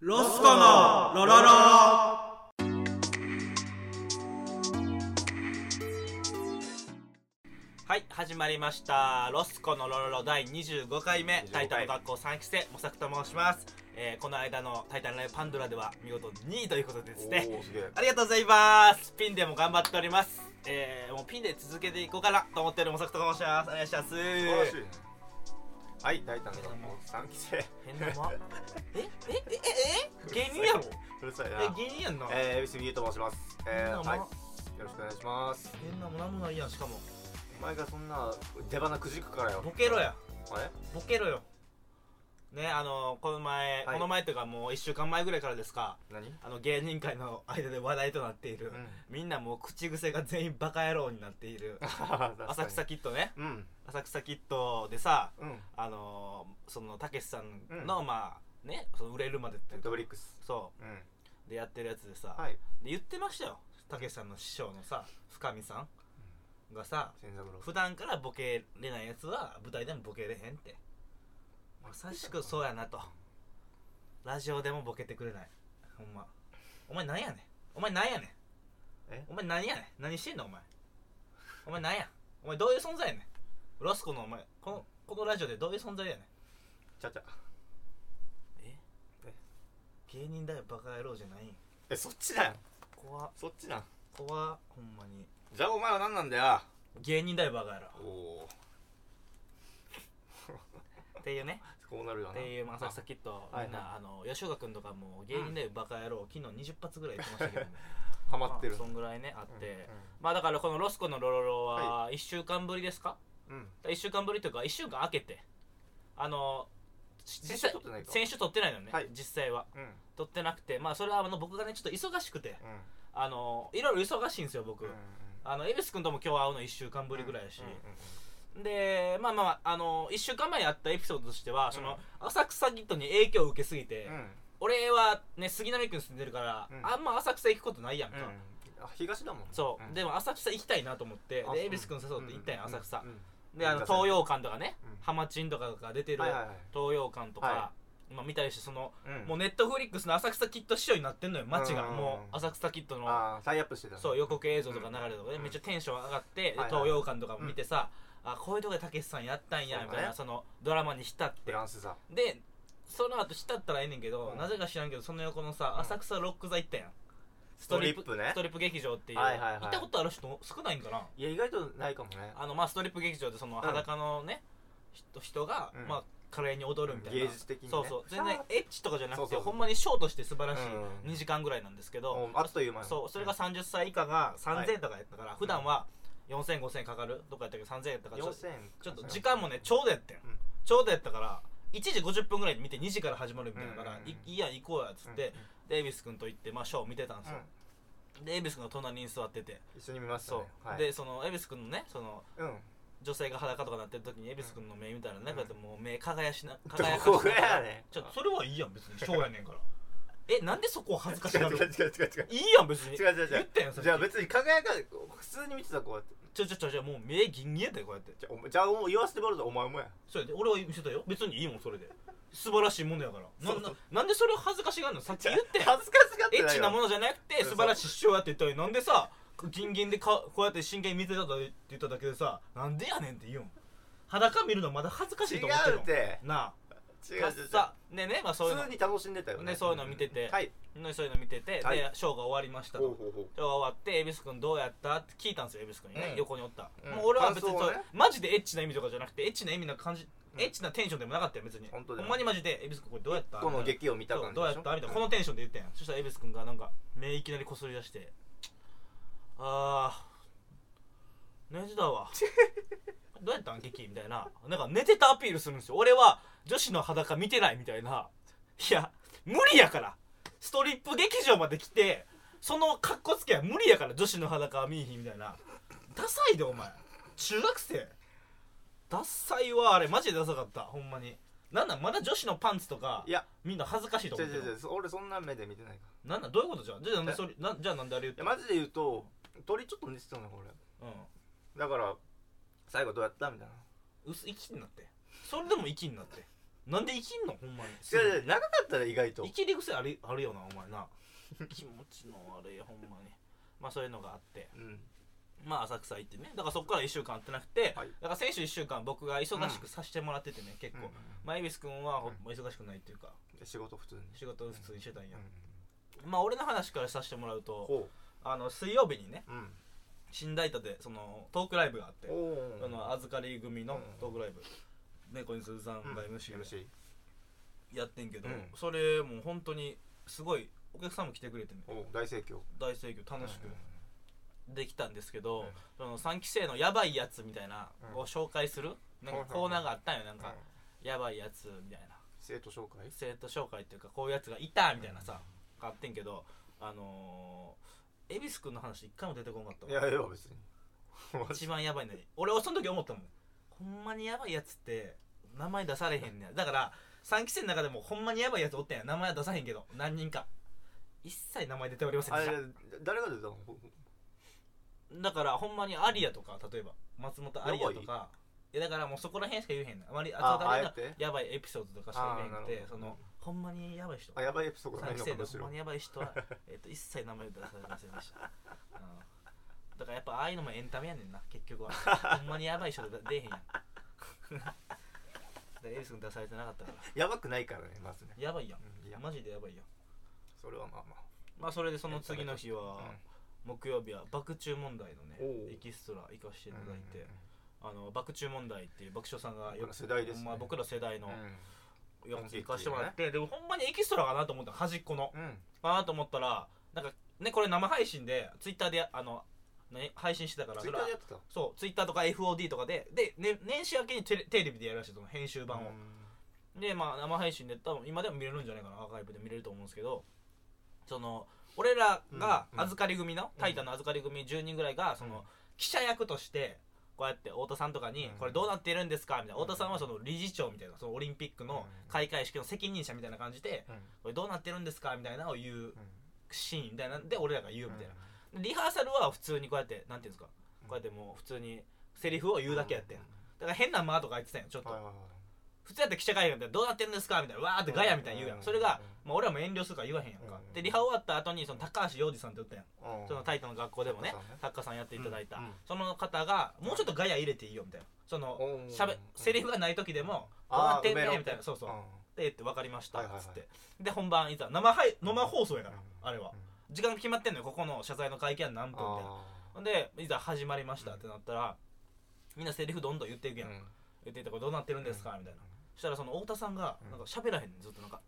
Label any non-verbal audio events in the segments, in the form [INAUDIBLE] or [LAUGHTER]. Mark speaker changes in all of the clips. Speaker 1: ロスコのロロロはい始まりましたロスコのロロロ第25回目タイタンの学校3期生模索と申します、えーこの間のタイタンライブパンドラでは見事2位ということでですね
Speaker 2: おーすげえ
Speaker 1: ありがとうございますピンでも頑張っておりますえー、もうピンで続けていこうかなと思っている模索と申しますお願いします
Speaker 2: 素晴らしいねはい、大胆な学校三期生。
Speaker 1: 変な間えええええ芸人やろ
Speaker 2: うるさいな
Speaker 1: え。芸人やんな
Speaker 2: えー、エビスミユと申します。え
Speaker 1: 変
Speaker 2: ー、
Speaker 1: な
Speaker 2: はい、
Speaker 1: 間
Speaker 2: よろしくお願いします。
Speaker 1: 変なもんなんもないやんしかも
Speaker 2: お前がそんな出花くじくからよ
Speaker 1: ボ。ケろや
Speaker 2: あれ？
Speaker 1: ボケろよねあのこの前、
Speaker 2: はい
Speaker 1: この前というかもう1週間前ぐらいからですか
Speaker 2: 何？うん。
Speaker 1: あの芸人界の間で話題となっている、
Speaker 2: [LAUGHS]
Speaker 1: みんなもう口癖が全員バカ野郎になっている浅
Speaker 2: 浅
Speaker 1: 草。キッドね
Speaker 2: うん。
Speaker 1: 浅草キッドでさ
Speaker 2: うん。
Speaker 1: あのそのたけしさんの、まあねその売れるまでってい
Speaker 2: ネッ
Speaker 1: う
Speaker 2: ト
Speaker 1: か
Speaker 2: フリックス。
Speaker 1: そ
Speaker 2: うん。
Speaker 1: うでやってるやつでさ、
Speaker 2: はい。
Speaker 1: で言ってましたよたけしさんの師匠のさ深見さんがさ
Speaker 2: 千三郎。
Speaker 1: 普段からボケれないやつは舞台でもボケれへんってまさしくそうやなとラジオでもボケてくれないほんまお前なんやねんお前なんやねん
Speaker 2: え
Speaker 1: お前なんやねん何してんのお前お前なんやお前どういう存在やねんロスコのお前このこのラジオでどういう存在やねん
Speaker 2: ちゃちゃ。
Speaker 1: え
Speaker 2: え
Speaker 1: 芸人だよバカ野郎じゃないんよ
Speaker 2: え、そっちだよ。
Speaker 1: 怖っ
Speaker 2: そっちなん。
Speaker 1: 怖っほんまに
Speaker 2: じゃあお前は何なんだよ。
Speaker 1: 芸人だよバカ野郎
Speaker 2: おお。
Speaker 1: っていうね
Speaker 2: こうなる
Speaker 1: っ
Speaker 2: よな。
Speaker 1: ていうまあさっきとみんな、
Speaker 2: は
Speaker 1: あの吉岡君とかも芸人だよバカ野郎昨日20発ぐらい言ってましたけども
Speaker 2: [LAUGHS] ハマってる
Speaker 1: まあ。そんぐらいねあって、
Speaker 2: う
Speaker 1: まあだからこのロスコのロロロは1週間ぶりですか、
Speaker 2: んうん。
Speaker 1: 一1週間ぶりというか1週間空けてあの
Speaker 2: 先週
Speaker 1: 実際
Speaker 2: 撮ってないか
Speaker 1: 先週撮ってないのね、
Speaker 2: はい
Speaker 1: 実際は
Speaker 2: うん。
Speaker 1: 撮ってなくてまあそれはあの僕がねちょっと忙しくて
Speaker 2: うん。
Speaker 1: あのいろいろ忙しいんですよ僕、
Speaker 2: うん
Speaker 1: あのエビス君とも今日会うの1週間ぶりぐらいやし、
Speaker 2: うんうんうん
Speaker 1: でまあまああの1週間前やったエピソードとしては、その
Speaker 2: う
Speaker 1: 浅草キッドに影響を受けすぎて、
Speaker 2: うん
Speaker 1: 俺はね杉並区に住んでるから、
Speaker 2: うん
Speaker 1: あんま浅草行くことないやんか、
Speaker 2: あ東だもん
Speaker 1: そう、
Speaker 2: ん
Speaker 1: でも浅草行きたいなと思って
Speaker 2: あ
Speaker 1: で
Speaker 2: そう
Speaker 1: 恵比寿君誘って行ったんや、浅草、
Speaker 2: うんうん
Speaker 1: であの
Speaker 2: うん
Speaker 1: 東洋館とかね、
Speaker 2: うん
Speaker 1: ハマチンとかが出てる
Speaker 2: はいはい
Speaker 1: 東
Speaker 2: はい
Speaker 1: 洋館とか、
Speaker 2: は
Speaker 1: まあ、見たりしてその、
Speaker 2: うん
Speaker 1: もうネットフリックスの浅草キッド仕様になってんのよ街が、
Speaker 2: うん
Speaker 1: もう浅草キッドの
Speaker 2: ああタイアップしてたの
Speaker 1: そう予告映像とか流れるとかで、
Speaker 2: うん
Speaker 1: めっちゃテンション上がって、で
Speaker 2: はいはい
Speaker 1: 東洋館とかも見てさ、あこういうとこでたけしさんやったんや
Speaker 2: そうだね
Speaker 1: みたいなそのドラマに浸って
Speaker 2: フランス座
Speaker 1: でその後浸ったらええねんけど、
Speaker 2: うん
Speaker 1: なぜか知らんけどその横のさ
Speaker 2: うん
Speaker 1: 浅草ロック座行ったやんス
Speaker 2: ストリップね
Speaker 1: ストリップ劇場っていう、
Speaker 2: はいはいはい
Speaker 1: 行ったことある人少ないんかない
Speaker 2: や意外とないかもね
Speaker 1: あのまあストリップ劇場でその
Speaker 2: ん
Speaker 1: 裸のね、人人が、
Speaker 2: うん
Speaker 1: まあ華麗に踊るみたいな
Speaker 2: 芸術的にね
Speaker 1: そうそう
Speaker 2: [LAUGHS]
Speaker 1: 全然エッチとかじゃなくて
Speaker 2: そうそうそう
Speaker 1: ほんまにショーとして素晴らし
Speaker 2: う
Speaker 1: い
Speaker 2: ん
Speaker 1: 2時間ぐらいなんですけど、
Speaker 2: もうあっという間に
Speaker 1: そうそれが30歳以下が3000円とかやったから、普段は40005000かかるとかやったけど3000円やったからちょ
Speaker 2: 4000
Speaker 1: ちょっと時間もねちょうどやってん、
Speaker 2: うん
Speaker 1: ちょうどやったから1時50分ぐらいで見て2時から始まるみたいだから、
Speaker 2: うんうんうん
Speaker 1: いいいやん行こうやっつって、デイビス君と行って、まあ、ショーを見てたんです
Speaker 2: うん
Speaker 1: よ、でエビス君の隣に座ってて
Speaker 2: 一緒に見ましたね
Speaker 1: そう、
Speaker 2: はい
Speaker 1: でそのエビス君のねその
Speaker 2: うん
Speaker 1: 女性が裸とかなってる時にエビス君の目見たらなんかもう目輝
Speaker 2: [LAUGHS]
Speaker 1: しな輝か
Speaker 2: ど
Speaker 1: し
Speaker 2: こ
Speaker 1: なが
Speaker 2: や
Speaker 1: ら
Speaker 2: ねん
Speaker 1: ちょっとそれはいいやん別にショーやね
Speaker 2: [LAUGHS]
Speaker 1: んからえなんでそこを恥ずかし
Speaker 2: 違
Speaker 1: が
Speaker 2: う
Speaker 1: る
Speaker 2: 違う違う違う違う
Speaker 1: いいやん別に
Speaker 2: 違う違う違う
Speaker 1: 言ったやんそれ
Speaker 2: じゃあ別に輝かない普通に見てたらこうやって
Speaker 1: ちょちょちょちょもう目ギンギンやったよこうやって
Speaker 2: じゃあお前じゃあもう言わせてもらうぞお前もや
Speaker 1: それで俺は見せたよ別にいいもんそれ
Speaker 2: [LAUGHS]
Speaker 1: で素晴らしいものやからな
Speaker 2: そう
Speaker 1: な
Speaker 2: そう
Speaker 1: なんでそれを恥ずかしがるのさっき言
Speaker 2: [LAUGHS]
Speaker 1: って
Speaker 2: 恥ずかしがって
Speaker 1: エッ
Speaker 2: ない
Speaker 1: チなも
Speaker 2: の
Speaker 1: のじゃなくて
Speaker 2: そう
Speaker 1: 素晴らしい師匠やって言ったのになんでさギンギンでかこうやって真剣に見てたとって言っただけでさなんでやねんって言うん裸見るのまだ恥ずかし
Speaker 2: 違
Speaker 1: いと思ってる
Speaker 2: うって
Speaker 1: のな
Speaker 2: 違う違
Speaker 1: あ
Speaker 2: う違う
Speaker 1: さねねまあそういう
Speaker 2: 普通に楽しんでたよ
Speaker 1: ねそういうの見てて
Speaker 2: はい
Speaker 1: のそういうの見てて
Speaker 2: はい
Speaker 1: でショーが終わりました
Speaker 2: ほう
Speaker 1: と
Speaker 2: ほうほう
Speaker 1: ショーが終わって恵比寿君どうやったって聞いたんですよ恵比寿君にね
Speaker 2: うん
Speaker 1: 横におった
Speaker 2: うん
Speaker 1: もう俺は別に
Speaker 2: 感想
Speaker 1: そ
Speaker 2: を
Speaker 1: う
Speaker 2: ね
Speaker 1: マジでエッチな意味とかじゃなくてエッチな意味な感じ
Speaker 2: うん
Speaker 1: エッチなテンションでもなかったよ別にほ
Speaker 2: 本当だよ
Speaker 1: んまにマジで恵比寿君これどうやった
Speaker 2: この劇を見た
Speaker 1: そ
Speaker 2: 感
Speaker 1: う
Speaker 2: じ
Speaker 1: どうやったみたいなこのテンションで言ったやんそしたら恵比寿君がなんか目いきなりこすり出して「あー寝てたわ [LAUGHS] どうやったん劇」みたいななんか寝てたアピールするんですよ俺は女子の裸見てないみたいないや無理やからストリップ劇場まで来てその格好つけは無理やから女子の裸は見えひんみたいなダサいでお前中学生ダッサいわあれマジでダサかったほんまになんなんまだ女子のパンツとか
Speaker 2: いや
Speaker 1: みんな恥ずかしいと
Speaker 2: 違
Speaker 1: 思
Speaker 2: う
Speaker 1: って
Speaker 2: 違
Speaker 1: る
Speaker 2: う違うそ俺そんな目で見てないから
Speaker 1: なんなんどういうことじゃんじゃあなんでそれなんじゃあなんであれ言っ
Speaker 2: い
Speaker 1: た
Speaker 2: やマジで言うと鳥ちょっと似てたのよ俺
Speaker 1: う
Speaker 2: だから最後どうやったみたいなん
Speaker 1: 薄息になってそれでも息になってなんで生きんのほんまに
Speaker 2: いやいや長かったら意外と
Speaker 1: 生きり癖あるあるよなお前な気持ちの悪いほんまにまあそういうのがあって
Speaker 2: うん
Speaker 1: まあ浅草行ってねだからそこから1週間会ってなくて、
Speaker 2: はい
Speaker 1: だから先週1週間僕が忙しくさせてもらっててね、結構、
Speaker 2: うん
Speaker 1: まあ恵比寿君はほ
Speaker 2: うん
Speaker 1: まあ忙しくないっていうか
Speaker 2: 仕事普通に
Speaker 1: 仕事普通にしてたんや、
Speaker 2: う
Speaker 1: まあ俺の話からさせてもらうと
Speaker 2: ほ
Speaker 1: あの水曜日にね
Speaker 2: ううん
Speaker 1: 新大田でそのトークライブがあって
Speaker 2: お
Speaker 1: あの預かり組のトークライブ、猫に鈴さんが MC で
Speaker 2: MC
Speaker 1: やってんけど、
Speaker 2: うん
Speaker 1: それもう本当にすごいお客さんも来てくれてね
Speaker 2: お大盛況
Speaker 1: 大盛況楽しくできたんですけど、
Speaker 2: うん
Speaker 1: その3期生のやばいやつみたいな
Speaker 2: うん
Speaker 1: を紹介するなんかコーナーがあったんよなん
Speaker 2: うん
Speaker 1: かやばいやつみたいな
Speaker 2: 生徒紹介
Speaker 1: 生徒紹介っていうかこういうやつがいたみたいなさがあってんけどあのー、恵比寿君の話一回も出てこなかった
Speaker 2: い
Speaker 1: わ
Speaker 2: やい
Speaker 1: [LAUGHS]
Speaker 2: や別に
Speaker 1: 一番やばいのに俺はその時思ったもんほんまにやばいやつって名前出されへんねんだから3期生の中でもほんまにやばいやつおったんや名前は出さへんけど何人か一切名前出ておりません [LAUGHS]
Speaker 2: あ
Speaker 1: でし
Speaker 2: れ
Speaker 1: た
Speaker 2: 誰が出たのほ
Speaker 1: だからほんまにアリアとか例えば松本アリアと
Speaker 2: や
Speaker 1: かいやだからもうそこら辺しか言えへんねんあまり
Speaker 2: あ
Speaker 1: あとだ
Speaker 2: あえて
Speaker 1: やばいエピソードとかしか言えへんく
Speaker 2: あーな
Speaker 1: て
Speaker 2: るほ
Speaker 1: そ
Speaker 2: ど
Speaker 1: のほんまにやばい人
Speaker 2: あやばいエピソードがな
Speaker 1: 3
Speaker 2: い
Speaker 1: 期
Speaker 2: の
Speaker 1: 生で
Speaker 2: かも
Speaker 1: ほ
Speaker 2: し
Speaker 1: ん
Speaker 2: れ
Speaker 1: まにやばい人 [LAUGHS] は、えっと一切名前出されませんでした、うん、だからやっぱああいうのもエンタメやねんな結局はほんまにやばい人で出えへんやん [LAUGHS] だからエリス君出されてなかったから
Speaker 2: やばくないからねまずね
Speaker 1: やばいやん
Speaker 2: うんいや
Speaker 1: マジでやばいやん
Speaker 2: それはまあま
Speaker 1: まあそれでその次の日は
Speaker 2: あ
Speaker 1: 木曜日は爆中問題のね
Speaker 2: おう
Speaker 1: エキストラ行かせていただいて、
Speaker 2: うん
Speaker 1: あの爆中問題っていう爆笑さんが
Speaker 2: 僕ら世代ですね
Speaker 1: まあ、僕ら世代の
Speaker 2: う
Speaker 1: やつ行かしてもらって、でもほんまにエキストラかなと思ったの端っこの、
Speaker 2: んうん
Speaker 1: かなと思ったらなんかねこれ生配信でツイッターであの、ね、配信してたから
Speaker 2: ツイッターでやってた
Speaker 1: それはそうツイッターとか FOD とかでで、ね、年始明けにテレテレビでやるらしいその編集版を、でまあ生配信で多分今でも見れるんじゃないかなアーカイブで見れると思うんですけどその俺らが
Speaker 2: うんうん
Speaker 1: 預かり組の、タイタンの預かり組10人ぐらいがその、
Speaker 2: うん
Speaker 1: 記者役としてこうやって太田さんとかに
Speaker 2: うん
Speaker 1: 「これどうなってるんですか?」みたいな
Speaker 2: うん
Speaker 1: 太田さんはその理事長みたいなそのオリンピックの開会式の責任者みたいな感じで
Speaker 2: うん
Speaker 1: 「これどうなってるんですか?」みたいなのを言う
Speaker 2: うん
Speaker 1: シーンみたいなんで俺らが言うみたいな
Speaker 2: うん
Speaker 1: リハーサルは普通にこうやってなんていうんですか
Speaker 2: うん
Speaker 1: こうやってもう普通にセリフを言うだけやってん
Speaker 2: うん
Speaker 1: だから変な間とか言ってたんよちょっと
Speaker 2: はいはいはい
Speaker 1: 普通やったら記者会見でどうなってるんですかみたいなわーってガヤみたいに言うや
Speaker 2: うんん
Speaker 1: それが、まあ、俺らも遠慮するから言わへんやんか
Speaker 2: うん
Speaker 1: でリハ終わった後にその高橋洋二さんって言ったやん
Speaker 2: うん
Speaker 1: そのタイトの学校でもね
Speaker 2: 作家さんね
Speaker 1: 作家さんやっていただいた
Speaker 2: うんうん
Speaker 1: その方がもうちょっとガヤ入れていいよみたいなその
Speaker 2: うん
Speaker 1: しゃべセリフがない時でもどうなっ
Speaker 2: あー
Speaker 1: てんね
Speaker 2: 埋めろ
Speaker 1: んみたいなそうそうでって分かりました
Speaker 2: は
Speaker 1: っ
Speaker 2: いはいはい
Speaker 1: つってで本番いざ生配生放送やから
Speaker 2: うん
Speaker 1: あれは
Speaker 2: うん
Speaker 1: 時間決まってんのよここの謝罪の会見は何分みたいな
Speaker 2: あ
Speaker 1: ほんでいざ始まりましたってなったらみんなセリフどんどん言っていく
Speaker 2: ー
Speaker 1: やん
Speaker 2: うん
Speaker 1: 言っていったこれどうなってるんですかみたいなそしたらその太田さんが
Speaker 2: うん
Speaker 1: なんか喋らへんねんずっとなんか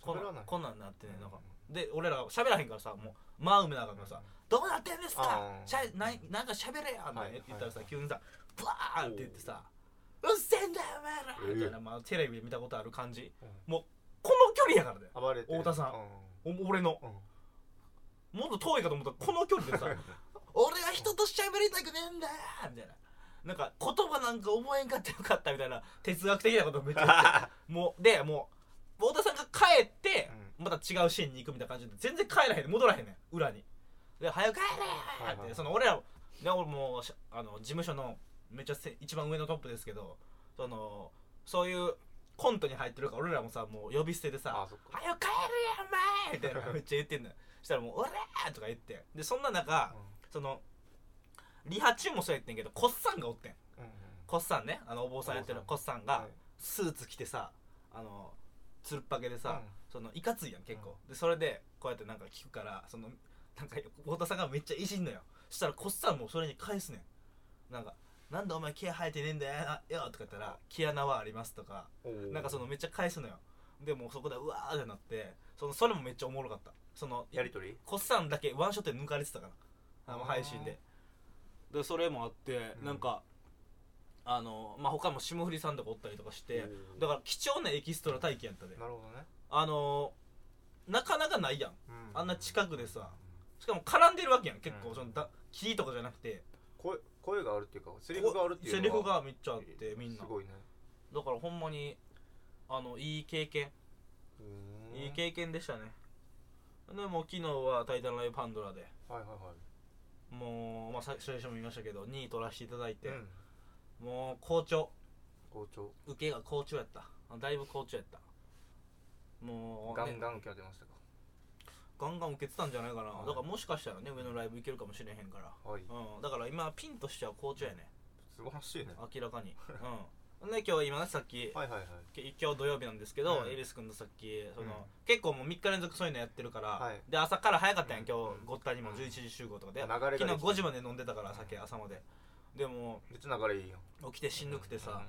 Speaker 1: こん
Speaker 2: 喋
Speaker 1: な
Speaker 2: ら
Speaker 1: ん
Speaker 2: ない
Speaker 1: こんなんなってねなんかで俺ら喋らへんからさもう間埋めなあかんからさ「どうなってんですか
Speaker 2: あー
Speaker 1: しゃないなんか喋れや!」みた
Speaker 2: はいい
Speaker 1: な言ったらさ
Speaker 2: はい
Speaker 1: 急にさ「ブワー!」って言ってさ「うっせえんだよお前ら!」
Speaker 2: ええ
Speaker 1: みたいなまあテレビで見たことある感じ
Speaker 2: うん
Speaker 1: この距離やからね
Speaker 2: 暴れてる
Speaker 1: 太田さんお俺の
Speaker 2: うんうん
Speaker 1: もっと遠いかと思ったらこの距離
Speaker 2: [LAUGHS]
Speaker 1: でさ俺は人と喋りたくねえんだよみたいななんか言葉なんか覚えんかったよかったみたいな哲学的なことめっちゃ言って
Speaker 2: [LAUGHS]
Speaker 1: もうでもう太田さんが帰って、また違うシーンに行くみたいな感じで全然帰らへん戻らへんねん裏にで早く帰れ
Speaker 2: は
Speaker 1: ー
Speaker 2: い
Speaker 1: っ
Speaker 2: は
Speaker 1: て
Speaker 2: い
Speaker 1: その俺らで俺もうしあの事務所のめっちゃせ一番上のトップですけどそのそういうコントに入ってるから俺らもさもう呼び捨てでさ
Speaker 2: あーそっか
Speaker 1: 早く帰るやんお前みたいなめっちゃ言ってんのよしたらもう「おら!」とか言ってでそんな中そのリハ中もそうやってんけどコッさんがおってん
Speaker 2: うんうん
Speaker 1: コッさんねあのお坊さんやってるコッさんが、
Speaker 2: はい
Speaker 1: スーツ着てさあのつるっぱげでさ、
Speaker 2: うん
Speaker 1: そのいかついやん結構、でそれでこうやってなんか聞くからそのなんか太田さんがめっちゃいじんのよそしたらこっさんもそれに返すねんなんか「なんでお前毛生えてねえんだよ」とか言ったら「毛穴はあります」とか
Speaker 2: おー
Speaker 1: なんかそのめっちゃ返すのよでもうそこでうわーってなってそのそれもめっちゃおもろかったその
Speaker 2: やりとり
Speaker 1: コッさんだけワンショットで抜かれてたからあの
Speaker 2: あー
Speaker 1: 配信ででそれもあって、
Speaker 2: うん
Speaker 1: なんかあの、まあ、他も霜降りさんとかおったりとかして
Speaker 2: おー
Speaker 1: だから貴重なエキストラ体験やったで
Speaker 2: なるほどね
Speaker 1: あのなかなかないやん
Speaker 2: うん
Speaker 1: あんな近くでさしかも絡んでるわけやん結
Speaker 2: う
Speaker 1: 構
Speaker 2: ん
Speaker 1: そのだキーとかじゃなくて
Speaker 2: 声声があるっていうかセリフがあるっていうの
Speaker 1: セ
Speaker 2: は
Speaker 1: リフがめっちゃあってみんな
Speaker 2: すごいね
Speaker 1: だからほんまにあのいい経験
Speaker 2: うーん
Speaker 1: いい経験でしたねでもう昨日は「タイタンライブパンドラで」
Speaker 2: はいはいはい
Speaker 1: もう、まあ、さ最初も言いましたけど2位取らせていただいて、
Speaker 2: うん
Speaker 1: もう好調
Speaker 2: 校長
Speaker 1: 受けが好調やったあだいぶ好調やったもう、
Speaker 2: ガ
Speaker 1: ね
Speaker 2: ンガン受けてましたか
Speaker 1: ガンガン受けてたんじゃないかな、
Speaker 2: はい
Speaker 1: だからもしかしたらね上のライブ行けるかもしれへんから、
Speaker 2: はい
Speaker 1: うん、だから今ピンとしては好調やね
Speaker 2: 素晴らしいね
Speaker 1: 明らかにうんで今日今ねさっき、
Speaker 2: はいはいはい
Speaker 1: き今日土曜日なんですけど、
Speaker 2: うん
Speaker 1: エリス君とさっきその、
Speaker 2: うん
Speaker 1: 結構もう3日連続そういうのやってるから、
Speaker 2: はい
Speaker 1: で朝から早かったんや、
Speaker 2: うん
Speaker 1: 今
Speaker 2: う
Speaker 1: 日
Speaker 2: ん
Speaker 1: ごったにも11時集合とかで、
Speaker 2: 流れが
Speaker 1: 昨
Speaker 2: でき
Speaker 1: 日
Speaker 2: た
Speaker 1: 5時まで飲んでたから酒朝まででも
Speaker 2: めっちゃ流れいいよ
Speaker 1: 起きてしんどくてさ、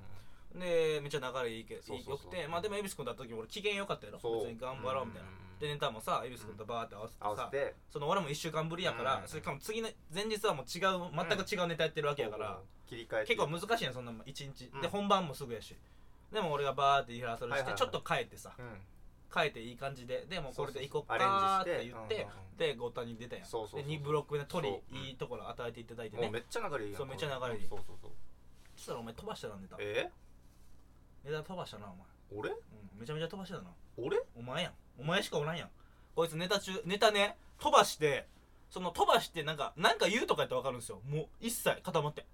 Speaker 2: う
Speaker 1: でめっちゃ流れいいけ
Speaker 2: そうそうそう
Speaker 1: よくてまあでも恵比寿君と会った時も俺機嫌良かったやろ
Speaker 2: そう
Speaker 1: 別に頑張ろうみたいな
Speaker 2: うんうんうん
Speaker 1: でネタもさ恵比寿君とバーって合わせて
Speaker 2: ん合わ
Speaker 1: さ
Speaker 2: せて
Speaker 1: その俺も1週間ぶりやから、
Speaker 2: うん
Speaker 1: それかも次の前日はもう違う全く違うネタやってるわけやから、
Speaker 2: 切り替えて
Speaker 1: 結構難しいねそんなもん1日、
Speaker 2: うん
Speaker 1: で本番もすぐやしでも俺がバーってリハーサルして、
Speaker 2: はいはいはい
Speaker 1: ちょっと変えてさ
Speaker 2: うん
Speaker 1: 変えていい感じででもうこれでいこっかー
Speaker 2: そうそうそう
Speaker 1: って言っ
Speaker 2: ア
Speaker 1: て
Speaker 2: レンジしてうんうんう
Speaker 1: で
Speaker 2: ん
Speaker 1: ゴタに出たやん
Speaker 2: そうそうそう
Speaker 1: で2ブロックで取
Speaker 2: そう
Speaker 1: り
Speaker 2: うん
Speaker 1: いいところ与えていただいて
Speaker 2: もう
Speaker 1: ね
Speaker 2: めっちゃ流れいいやん
Speaker 1: そうめっちゃ流れいい
Speaker 2: そうそうそう
Speaker 1: そしたらお前飛ばしたなネタ
Speaker 2: え
Speaker 1: ネタ飛ばしたなお前、
Speaker 2: 俺
Speaker 1: うん、めちゃめちゃ飛ばしてたな
Speaker 2: 俺
Speaker 1: お前やんお前しかおらんやんこいつネタ中ネタね飛ばしてその飛ばしてなんかなんか言うとかやったら分かるんですよもう一切固まって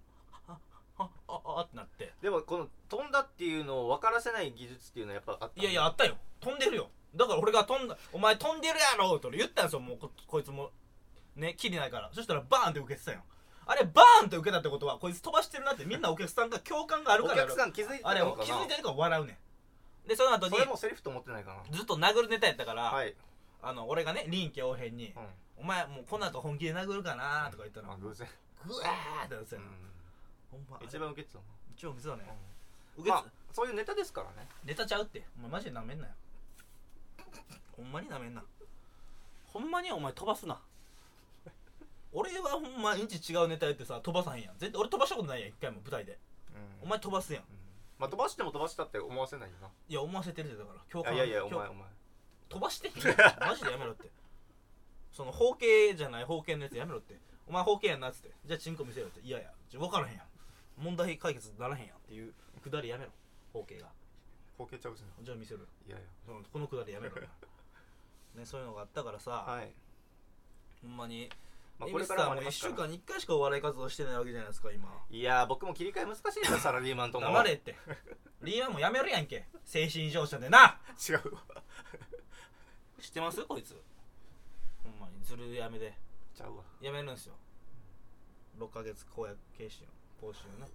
Speaker 1: あああああってなって
Speaker 2: でもこの飛んだっていうのを分からせない技術っていうのはやっぱあった
Speaker 1: いやいやあったよ飛んでるよだから俺が飛んだお前飛んでるやろと俺言ったんですよもうここいつもねきりないからそしたらバーンって受けてたやんあれバーンって受けたってことはこいつ飛ばしてるなってみんなお客さんが共感がある
Speaker 2: お
Speaker 1: から
Speaker 2: 客さん気づいて
Speaker 1: あれ
Speaker 2: たのかな
Speaker 1: 気づいてるから笑うねんでその後に
Speaker 2: それもセリフと思ってないか
Speaker 1: ずっと殴るネタやったから、
Speaker 2: なはい
Speaker 1: あの俺がね臨機応変に、
Speaker 2: うん
Speaker 1: お前もうこの後本気で殴るかなとか言ったら
Speaker 2: あ偶然
Speaker 1: グワーってなってたよ、ほんまあれ
Speaker 2: 一番受けてたの
Speaker 1: 一番受けてたね、受けて
Speaker 2: まあそういうネタですからね
Speaker 1: ネタちゃうってお前マジでなめんなよほんまになめんなほんまにお前飛ばすな俺はほんまインチ違うネタやってさ飛ばさへんやん絶対俺飛ばしたことないやん一回も舞台でお前飛ばすやん
Speaker 2: うんまあ飛ばしても飛ばしたって思わせないよない
Speaker 1: や思わせてるでだから共感
Speaker 2: いやいやいやお
Speaker 1: 共
Speaker 2: 前
Speaker 1: 感
Speaker 2: お前
Speaker 1: 飛ばしてん
Speaker 2: [LAUGHS]
Speaker 1: ねんマジでやめろってその包茎じゃない包茎のやつやめろってお前包茎やんなっつってじゃあチンコ見せろっていやいやちょ分からへんやん問題解決ならへんやんっていうくだりやめろ包茎が
Speaker 2: こけちゃうしな
Speaker 1: じゃあ見せる
Speaker 2: いやいや
Speaker 1: そのこのくだり
Speaker 2: [LAUGHS]
Speaker 1: やめろねそういうのがあったからさ、
Speaker 2: はい
Speaker 1: ほんまに、
Speaker 2: まあ
Speaker 1: 恵
Speaker 2: こ
Speaker 1: 比
Speaker 2: れ
Speaker 1: 寿
Speaker 2: か
Speaker 1: さん
Speaker 2: らもあ
Speaker 1: も1
Speaker 2: ります
Speaker 1: 週
Speaker 2: から
Speaker 1: 間に1回しかお笑い活動してないわけじゃないですか今
Speaker 2: いやー僕も切り替え難しいですよサラリーマンとの
Speaker 1: 黙れっ
Speaker 2: [LAUGHS]
Speaker 1: てリーマンもやめるやんけ精神異常者でな
Speaker 2: 違うわ
Speaker 1: 知ってますこいつほんまにずるやめで
Speaker 2: ちゃうわ
Speaker 1: やめるんですよ6ヶ月公約形式の講習ね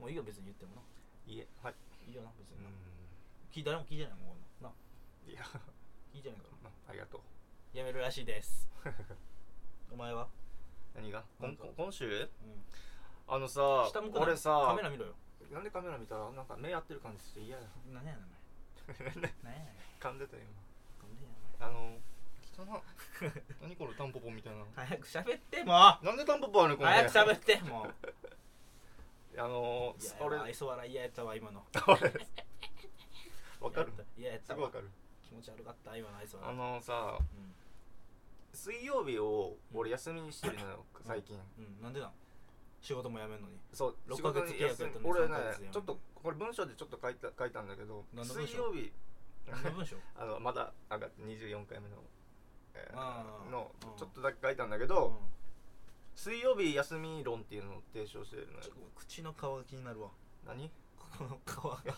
Speaker 1: もういいよ別に言ってもない
Speaker 2: いえはい
Speaker 1: いよな別
Speaker 2: う
Speaker 1: にな、
Speaker 2: ん
Speaker 1: 聞い誰も聞いてないもんこんなんない
Speaker 2: や [LAUGHS]
Speaker 1: 聞いてないから
Speaker 2: まあありがとう [LAUGHS]
Speaker 1: やめるらしいですお前は、
Speaker 2: 何がこん
Speaker 1: なんか
Speaker 2: 今
Speaker 1: う
Speaker 2: 週
Speaker 1: ん、
Speaker 2: あのさ
Speaker 1: 下向くな
Speaker 2: 俺さ
Speaker 1: カメラ見ろよ
Speaker 2: なんでカメラ見たらなんか目合ってる感じして嫌だ
Speaker 1: 何やねんお前何やねん
Speaker 2: 噛んでたよ
Speaker 1: ごめんや
Speaker 2: 今あの汚な何これタンポポみたいな
Speaker 1: お前早く喋ってもう
Speaker 2: なんでタンポポあるのこれ
Speaker 1: 早く喋ってもう
Speaker 2: あの
Speaker 1: いや
Speaker 2: ー、俺 [LAUGHS]
Speaker 1: 愛想笑い嫌やったわ今の
Speaker 2: わかる
Speaker 1: 嫌やっ
Speaker 2: す
Speaker 1: た
Speaker 2: ぐわ
Speaker 1: わ
Speaker 2: かる
Speaker 1: 気持ち悪かった今の愛想
Speaker 2: あ
Speaker 1: 笑い
Speaker 2: のさ水曜日を俺休みにしてるのよ最近
Speaker 1: うん、うん、なんでなん仕事も辞めんの
Speaker 2: [LAUGHS]
Speaker 1: に
Speaker 2: そう
Speaker 1: 六
Speaker 2: 仕
Speaker 1: ヶ
Speaker 2: 事
Speaker 1: 月
Speaker 2: に
Speaker 1: 契約
Speaker 2: 休
Speaker 1: やっ
Speaker 2: み
Speaker 1: たのに三
Speaker 2: 俺ね
Speaker 1: ヶ月やん
Speaker 2: ちょっとこれ文章でちょっと書いた書いたんだけど
Speaker 1: 何の文章
Speaker 2: 水曜日 [LAUGHS]
Speaker 1: 何の文章
Speaker 2: あのまだ上がって24回目のえー
Speaker 1: あー
Speaker 2: の
Speaker 1: うん
Speaker 2: ちょっとだけ書いたんだけ
Speaker 1: うん
Speaker 2: ど水曜日休み論っていうのを提唱してるのよ
Speaker 1: ちょっと口の皮が気になる
Speaker 2: [LAUGHS]
Speaker 1: わ [LAUGHS]
Speaker 2: 何
Speaker 1: ここの皮が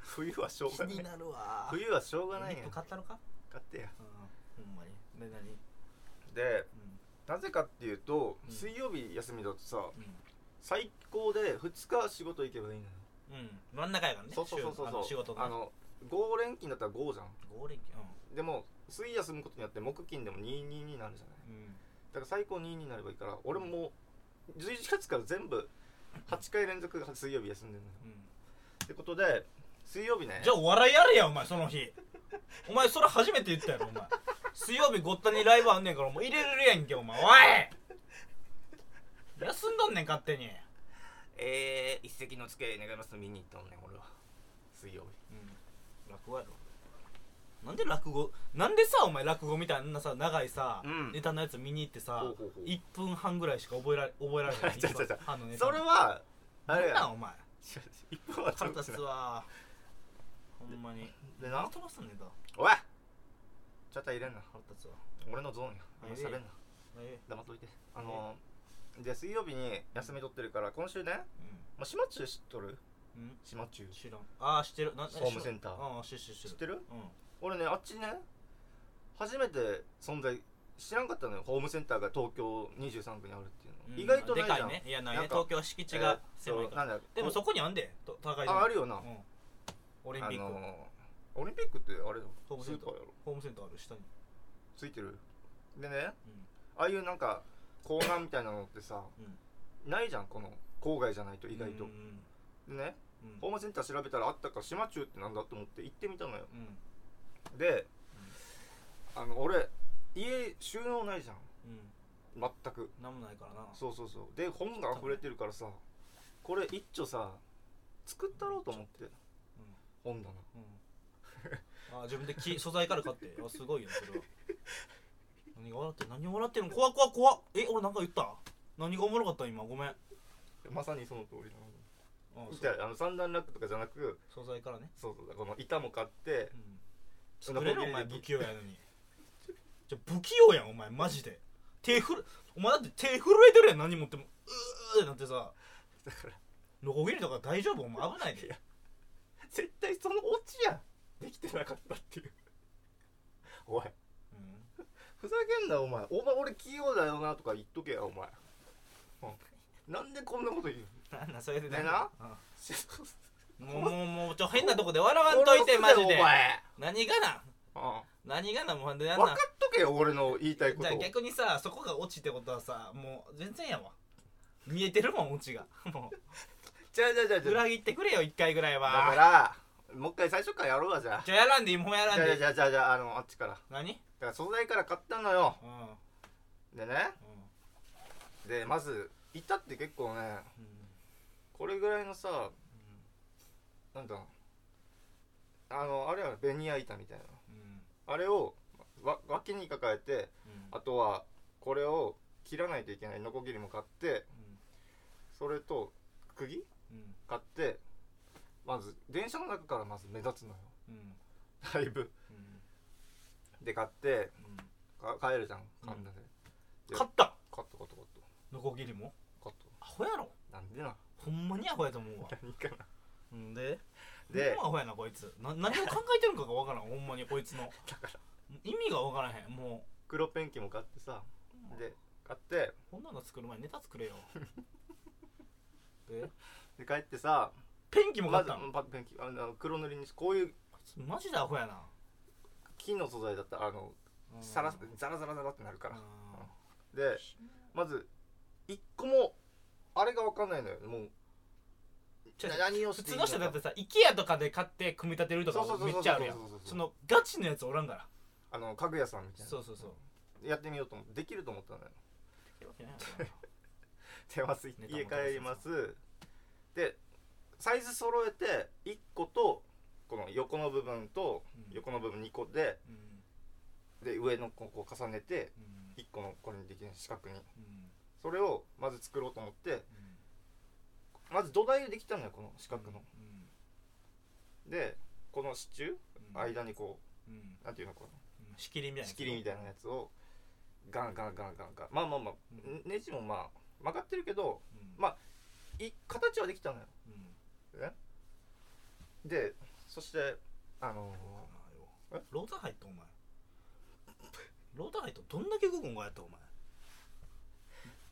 Speaker 2: 冬はしょう
Speaker 1: 気
Speaker 2: がな
Speaker 1: に
Speaker 2: い
Speaker 1: なるわ
Speaker 2: 冬はしょうがない
Speaker 1: リ
Speaker 2: や
Speaker 1: ッ
Speaker 2: ん
Speaker 1: プ買ったのか
Speaker 2: 買ってや
Speaker 1: うんほんまにで何
Speaker 2: で
Speaker 1: う
Speaker 2: なぜかっていうと
Speaker 1: うん
Speaker 2: 水曜日休みだとさ
Speaker 1: ん
Speaker 2: 最高で2日仕事行けばいいのよ
Speaker 1: うん、うん、真ん中やからね
Speaker 2: そうそうそう
Speaker 1: 週
Speaker 2: そ
Speaker 1: あ
Speaker 2: う
Speaker 1: の仕事
Speaker 2: あ
Speaker 1: の
Speaker 2: の5連勤だったら5じゃん
Speaker 1: 合連休
Speaker 2: でも水休むことによって木金でも22になるじゃない
Speaker 1: うん、うん、
Speaker 2: だから最高2になればいいから俺ももう11月から全部8回連続水曜日休んでるのよ
Speaker 1: うん
Speaker 2: ってことで水曜日ね
Speaker 1: じゃあお笑いやれやお前その日お前それ初めて言ったやろお前水曜日ごったにライブあんねんからもう入れれるやんけお前おい休んどんねん勝手に、
Speaker 2: えー、一石のつけ願います見に行ったのね俺は水曜
Speaker 1: うん、落語やろなんで落語なんでさお前落語みたいなさ長いさ、
Speaker 2: うん
Speaker 1: ネタのやつ見に行ってさ
Speaker 2: ほうほうほう
Speaker 1: 1分半ぐらいしか覚えられ覚えられない
Speaker 2: [LAUGHS] ちょちょちょ
Speaker 1: 一分半の
Speaker 2: 日
Speaker 1: ネタ
Speaker 2: それはあれ
Speaker 1: なんなん
Speaker 2: や
Speaker 1: お前
Speaker 2: 一分はち
Speaker 1: 腹
Speaker 2: ょっと
Speaker 1: 立つ
Speaker 2: [LAUGHS]
Speaker 1: わほんまに
Speaker 2: でな
Speaker 1: 飛ばすんねんだ
Speaker 2: おいちゃった入れんな
Speaker 1: 腹立つわ
Speaker 2: 俺のゾーンやあんま喋んな
Speaker 1: え
Speaker 2: 黙っといてあのー、で水曜日に休み取ってるから今週ね
Speaker 1: え
Speaker 2: まあ、島中知っとる
Speaker 1: ううん
Speaker 2: 島中
Speaker 1: 知らんああ知ってるな
Speaker 2: ホームセンター
Speaker 1: うん知ってる知
Speaker 2: 知
Speaker 1: っ
Speaker 2: ってて
Speaker 1: る
Speaker 2: る
Speaker 1: う
Speaker 2: 俺ねあっちね初めて存在知らんかったのよホームセンターが東京23区にあるっていうの、
Speaker 1: ん
Speaker 2: 意外とないじゃ
Speaker 1: で
Speaker 2: ん
Speaker 1: かいねいやない
Speaker 2: な
Speaker 1: ね
Speaker 2: んか
Speaker 1: 東京は敷地が狭い
Speaker 2: えーっと
Speaker 1: か
Speaker 2: な
Speaker 1: ら
Speaker 2: んだ
Speaker 1: でもそ
Speaker 2: こ
Speaker 1: こにあんでと高い
Speaker 2: ああるよな、
Speaker 1: うんオリン
Speaker 2: あ
Speaker 1: ピッ
Speaker 2: の
Speaker 1: ク
Speaker 2: ーオリンピックってあれだ
Speaker 1: ホーム
Speaker 2: ス
Speaker 1: セン
Speaker 2: ー
Speaker 1: タ
Speaker 2: パーやろ
Speaker 1: ホームセンターある下に
Speaker 2: ついてるでね
Speaker 1: うん
Speaker 2: ああいうなんかコーナーみたいなのってさ
Speaker 1: うん
Speaker 2: ないじゃんこの郊外じゃないと意外
Speaker 1: う
Speaker 2: と
Speaker 1: ん
Speaker 2: でね
Speaker 1: うんうん
Speaker 2: ホームセンター調べたらあったから島中ってなんだと思って行ってみたのよ
Speaker 1: うん
Speaker 2: であの俺家収納ないじゃん
Speaker 1: うん
Speaker 2: 全く
Speaker 1: なんもないからな
Speaker 2: そうそうそうで本が溢れてるからさこれ一丁さ作ったろうと思って
Speaker 1: う
Speaker 2: 本棚
Speaker 1: んうんあ自分で [LAUGHS] 木素材から買ってあすごいよそれは何が笑ってる何を笑ってるの怖っ怖っ怖っえ俺なんか言った何がおもろかった今ごめんあ
Speaker 2: まさにその通りなの
Speaker 1: そう
Speaker 2: 板あの三段ラックとかじゃなく
Speaker 1: 素材からね
Speaker 2: そうそうこの板も買って
Speaker 1: うん
Speaker 2: そんな
Speaker 1: 作れるお
Speaker 2: 本気で
Speaker 1: 前
Speaker 2: でき
Speaker 1: 不器用やのにじゃ不器用やんお前マジで手ふるお前だって手震えてるやん何持ってもうーってなってさ
Speaker 2: だから
Speaker 1: ノコギリとか大丈夫お前危ないで
Speaker 2: 絶対そのオチやんできてなかったっていうおい
Speaker 1: うん
Speaker 2: ふざけんなお前お前俺器用だよなとか言っとけやお前、うんなんでこんなこと言うの
Speaker 1: なんだそれで
Speaker 2: ねえな
Speaker 1: うん
Speaker 2: し
Speaker 1: もうもうもうちょ変なとこで笑わんといてマ
Speaker 2: 殺す
Speaker 1: ジ
Speaker 2: ぜ
Speaker 1: で
Speaker 2: お前、
Speaker 1: 何がなん
Speaker 2: うん
Speaker 1: 何がなんもうなんでなんな
Speaker 2: 分か
Speaker 1: ん
Speaker 2: っとけよ俺の言いたいこ
Speaker 1: じ
Speaker 2: と
Speaker 1: ゃあ
Speaker 2: を
Speaker 1: 逆にさそこが落ちってことはさもう全然やわ見えてるもん落ちが
Speaker 2: [LAUGHS]
Speaker 1: も
Speaker 2: じゃあじゃあじゃあ
Speaker 1: う
Speaker 2: じゃあ
Speaker 1: 裏切ってくれよ一回ぐらい
Speaker 2: だ
Speaker 1: は
Speaker 2: からもう一回最初からやろうわじゃあ
Speaker 1: じゃあやらんでいいもうやらん
Speaker 2: じゃあ
Speaker 1: でいい
Speaker 2: じゃあじゃあじゃああのあっちからだ
Speaker 1: 何うん
Speaker 2: から素材から買ったのよ
Speaker 1: うん
Speaker 2: でねでまず板って結構ね
Speaker 1: うん
Speaker 2: これぐらいのさなんだあのあれはベニヤ板みたいな
Speaker 1: うん
Speaker 2: あれをわ脇に抱えて
Speaker 1: うん
Speaker 2: あとはこれを切らないといけないノコギリも買ってそれと釘
Speaker 1: うん
Speaker 2: 買ってまず電車の中からまず目立つのよ
Speaker 1: うんうん
Speaker 2: だいぶで買って
Speaker 1: うん
Speaker 2: か買えるじゃん神田で、
Speaker 1: うん勝った
Speaker 2: カットカットカット
Speaker 1: ノコギリも
Speaker 2: カッ
Speaker 1: アホやろ
Speaker 2: トなんでな
Speaker 1: ほんまにアホやと思うわ
Speaker 2: 何かな
Speaker 1: うんでほ
Speaker 2: で
Speaker 1: んまアホやなこいつな何を考えてるんかがわからんほんまにこいつの
Speaker 2: だから
Speaker 1: 意味がわからへんも
Speaker 2: 黒ペンキも買ってさ
Speaker 1: う
Speaker 2: で買って
Speaker 1: こんなの作る前にネタ作れよ [LAUGHS] で
Speaker 2: で帰ってさ
Speaker 1: ペンキも買
Speaker 2: ま
Speaker 1: っ
Speaker 2: ず
Speaker 1: たの、
Speaker 2: パペンキあの黒塗りにしこういう
Speaker 1: マジでアホやな
Speaker 2: 木の素材だったらあの
Speaker 1: うん
Speaker 2: さらザラザラザラってなるから
Speaker 1: う
Speaker 2: でまず一個もあれが分かんないのよもう
Speaker 1: ちょ
Speaker 2: 何を
Speaker 1: ん普通の人だっててさ IKEA とかで買って組み立てるとか
Speaker 2: そうそうそう
Speaker 1: め
Speaker 2: そう
Speaker 1: っちゃあるやん
Speaker 2: そうそうそうそう
Speaker 1: そのガチのやつおらんから
Speaker 2: あの家具屋さんみたいな
Speaker 1: そうそうそう
Speaker 2: やってみようと思ってできると思ったの [LAUGHS] よでまず
Speaker 1: ネタも
Speaker 2: 家帰りますでサイズ揃えて1個とこの横の部分と
Speaker 1: うん
Speaker 2: 横の部分2個で
Speaker 1: うん
Speaker 2: で上のここう重ねて
Speaker 1: うん
Speaker 2: 1個のこれにできる四角に
Speaker 1: うん
Speaker 2: それをまず作ろうと思って
Speaker 1: うん
Speaker 2: まず土台でできたのよこの四角の、
Speaker 1: うん
Speaker 2: でこの支柱
Speaker 1: うん
Speaker 2: 間にこ
Speaker 1: うん
Speaker 2: うなんていうのか
Speaker 1: うん仕切りみたい
Speaker 2: な
Speaker 1: な
Speaker 2: 仕切りみたいなやつをガンガンガンガンガンまあまあまあ
Speaker 1: うん
Speaker 2: ネジもまあ曲がってるけど
Speaker 1: うん
Speaker 2: まい形はできたのよ
Speaker 1: うん
Speaker 2: ねでそしてあのえ
Speaker 1: ローター入ったお前ローター入ったどんだけ動くんがやったお前